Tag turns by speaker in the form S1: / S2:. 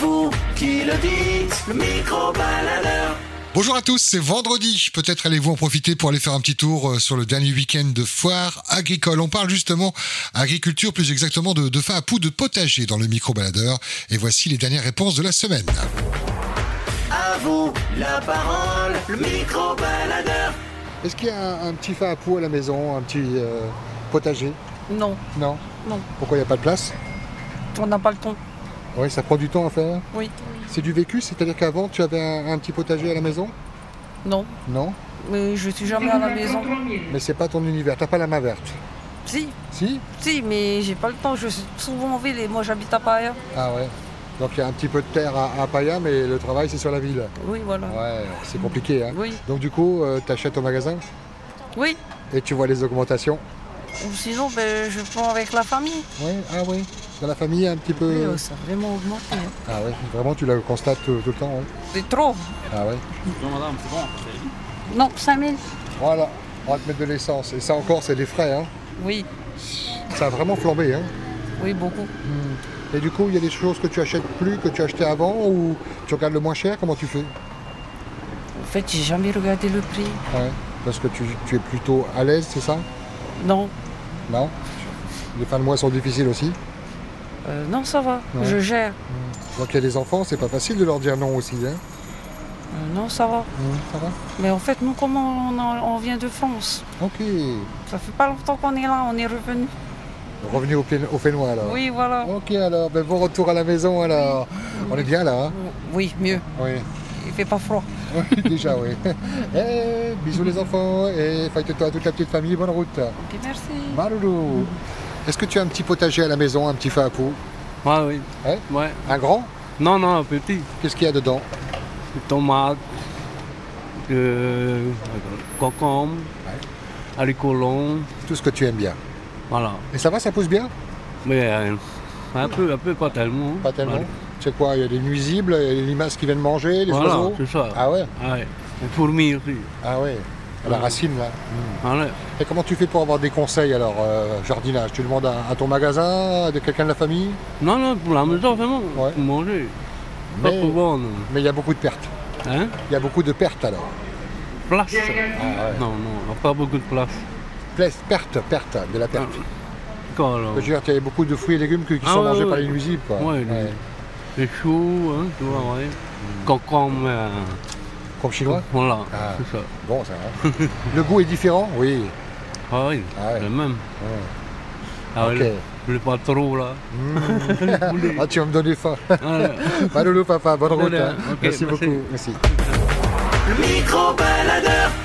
S1: vous qui le dites, le micro-baladeur.
S2: Bonjour à tous, c'est vendredi. Peut-être allez-vous en profiter pour aller faire un petit tour euh, sur le dernier week-end de foire agricole. On parle justement agriculture, plus exactement de, de fin à poux de potager dans le micro-baladeur. Et voici les dernières réponses de la semaine.
S1: À vous la parole, le micro-baladeur.
S2: Est-ce qu'il y a un, petit fin à poux à la maison, un petit euh, potager
S3: Non,
S2: Non
S3: Non.
S2: Pourquoi il n'y a pas de place
S3: on n'a pas le temps.
S2: Oui, ça prend du temps à faire.
S3: Oui.
S2: C'est du vécu, c'est-à-dire qu'avant tu avais un, un petit potager à la maison
S3: Non,
S2: Non,
S3: mais je suis jamais à la maison.
S2: mais c'est pas ton univers, t'as pas la main verte.
S3: Si,
S2: Si
S3: si, mais j'ai pas le temps. Je suis souvent en ville et moi j'habite à Paris.
S2: Ah ouais. Donc il y a un petit peu de terre à, à Paya, mais le travail c'est sur la ville.
S3: Oui, voilà.
S2: Ouais, c'est compliqué. Hein.
S3: Oui,
S2: Donc du coup, euh, t'achètes au magasin
S3: oui.
S2: et tu vois les augmentations.
S3: Ou sinon, ben, je prends avec la famille.
S2: Oui, ah oui. Dans la famille, un petit
S3: Mais,
S2: peu.
S3: euh, ça a vraiment augmenté. hein.
S2: Ah oui, vraiment, tu le constates tout, tout le temps. ouais.
S3: C'est trop.
S2: Ah oui.
S3: Non, 5000
S2: Voilà, on va te mettre de l'essence. Et ça encore, c'est des frais. Hein.
S3: Oui,
S2: Ça a vraiment flambé. Hein.
S3: oui, beaucoup.
S2: Et du coup, il y a des choses que tu achètes plus, que tu achetais avant, ou tu regardes le moins cher, comment tu fais
S3: En fait, j'ai jamais regardé le prix.
S2: Ouais. Parce que tu, tu es plutôt à l'aise, c'est ça
S3: Non,
S2: Non Les fins de mois sont difficiles aussi.
S3: euh, non, ça va.
S2: Ouais.
S3: Je gère.
S2: Donc il y a des enfants, c'est pas facile de leur dire non aussi. Hein.
S3: Euh, non, ça va.
S2: Hum, ça va
S3: Mais en fait, nous, comment on, en- on vient de France
S2: Ok.
S3: Ça fait pas longtemps qu'on est là, on est revenu.
S2: Revenez au, Pén- au Fénois alors.
S3: Oui, voilà.
S2: Ok alors, ben, bon retour à la maison alors. On est bien là, hein
S3: Oui, mieux.
S2: Oui.
S3: Il fait pas froid.
S2: Oui, déjà oui. Eh, bisous les enfants et faites-toi à toute la petite famille, bonne route.
S3: Ok, merci.
S2: Maloulou. Est-ce que tu as un petit potager à la maison, un petit fin à poux
S4: Ouais, oui.
S2: Ouais
S4: Ouais.
S2: Un grand
S4: Non, non, un petit.
S2: Qu'est-ce qu'il y a dedans
S4: Tomate, euh, concombre, haricots longs,
S2: Tout ce que tu aimes bien.
S4: voilà.
S2: Et ça va, ça pousse bien
S4: Mais euh, un peu, un peu, pas tellement.
S2: Pas tellement.
S4: Ouais.
S2: C'est quoi Il y a des nuisibles, il y a les limaces qui viennent manger, les
S4: Voilà,
S2: oiseaux
S4: c'est ça.
S2: Ah ouais
S4: Ouais. Les fourmis aussi.
S2: Ah ouais. À la
S4: Ouais.
S2: racine là.
S4: Voilà.
S2: Et comment tu fais pour avoir des conseils alors, euh, jardinage Tu demandes à, à ton magasin, à de quelqu'un de la famille
S4: Non, non, pour la maison, vraiment.
S2: Ouais.
S4: Pour manger. Pas
S2: Mais
S4: pour vendre.
S2: mais il y a beaucoup de pertes.
S4: Hein
S2: Il y a beaucoup de pertes alors.
S4: Place.
S2: Ah ouais.
S4: Non, non, pas beaucoup de place.
S2: Pla- Perte, perte, de la perte.
S4: Encore, alors.
S2: Je veux dire, il y avait beaucoup de fruits et légumes qui, qui
S4: Ah
S2: sont
S4: ouais,
S2: mangés
S4: ouais.
S2: par les nuisibles. quoi.
S4: Ouais,
S2: Ouais.
S4: Les choux, hein, tu vois, ouais. Concombre, euh,
S2: Comme chinois
S4: voilà,
S2: Ah.
S4: c'est ça.
S2: Bon, ça va. le goût est différent Oui.
S4: Ah oui,
S2: Ah ouais.
S4: le même. Ah oui,
S2: Ok.
S4: le- le, pas trop là. Le poulet.
S2: Ah, tu vas me donner faim.
S4: Voilà.
S2: Maloulou, papa, bonne route.
S4: Voilà,
S2: hein.
S4: ok,
S2: merci
S4: merci.
S2: beaucoup. Merci.
S1: Le micro-baladeur.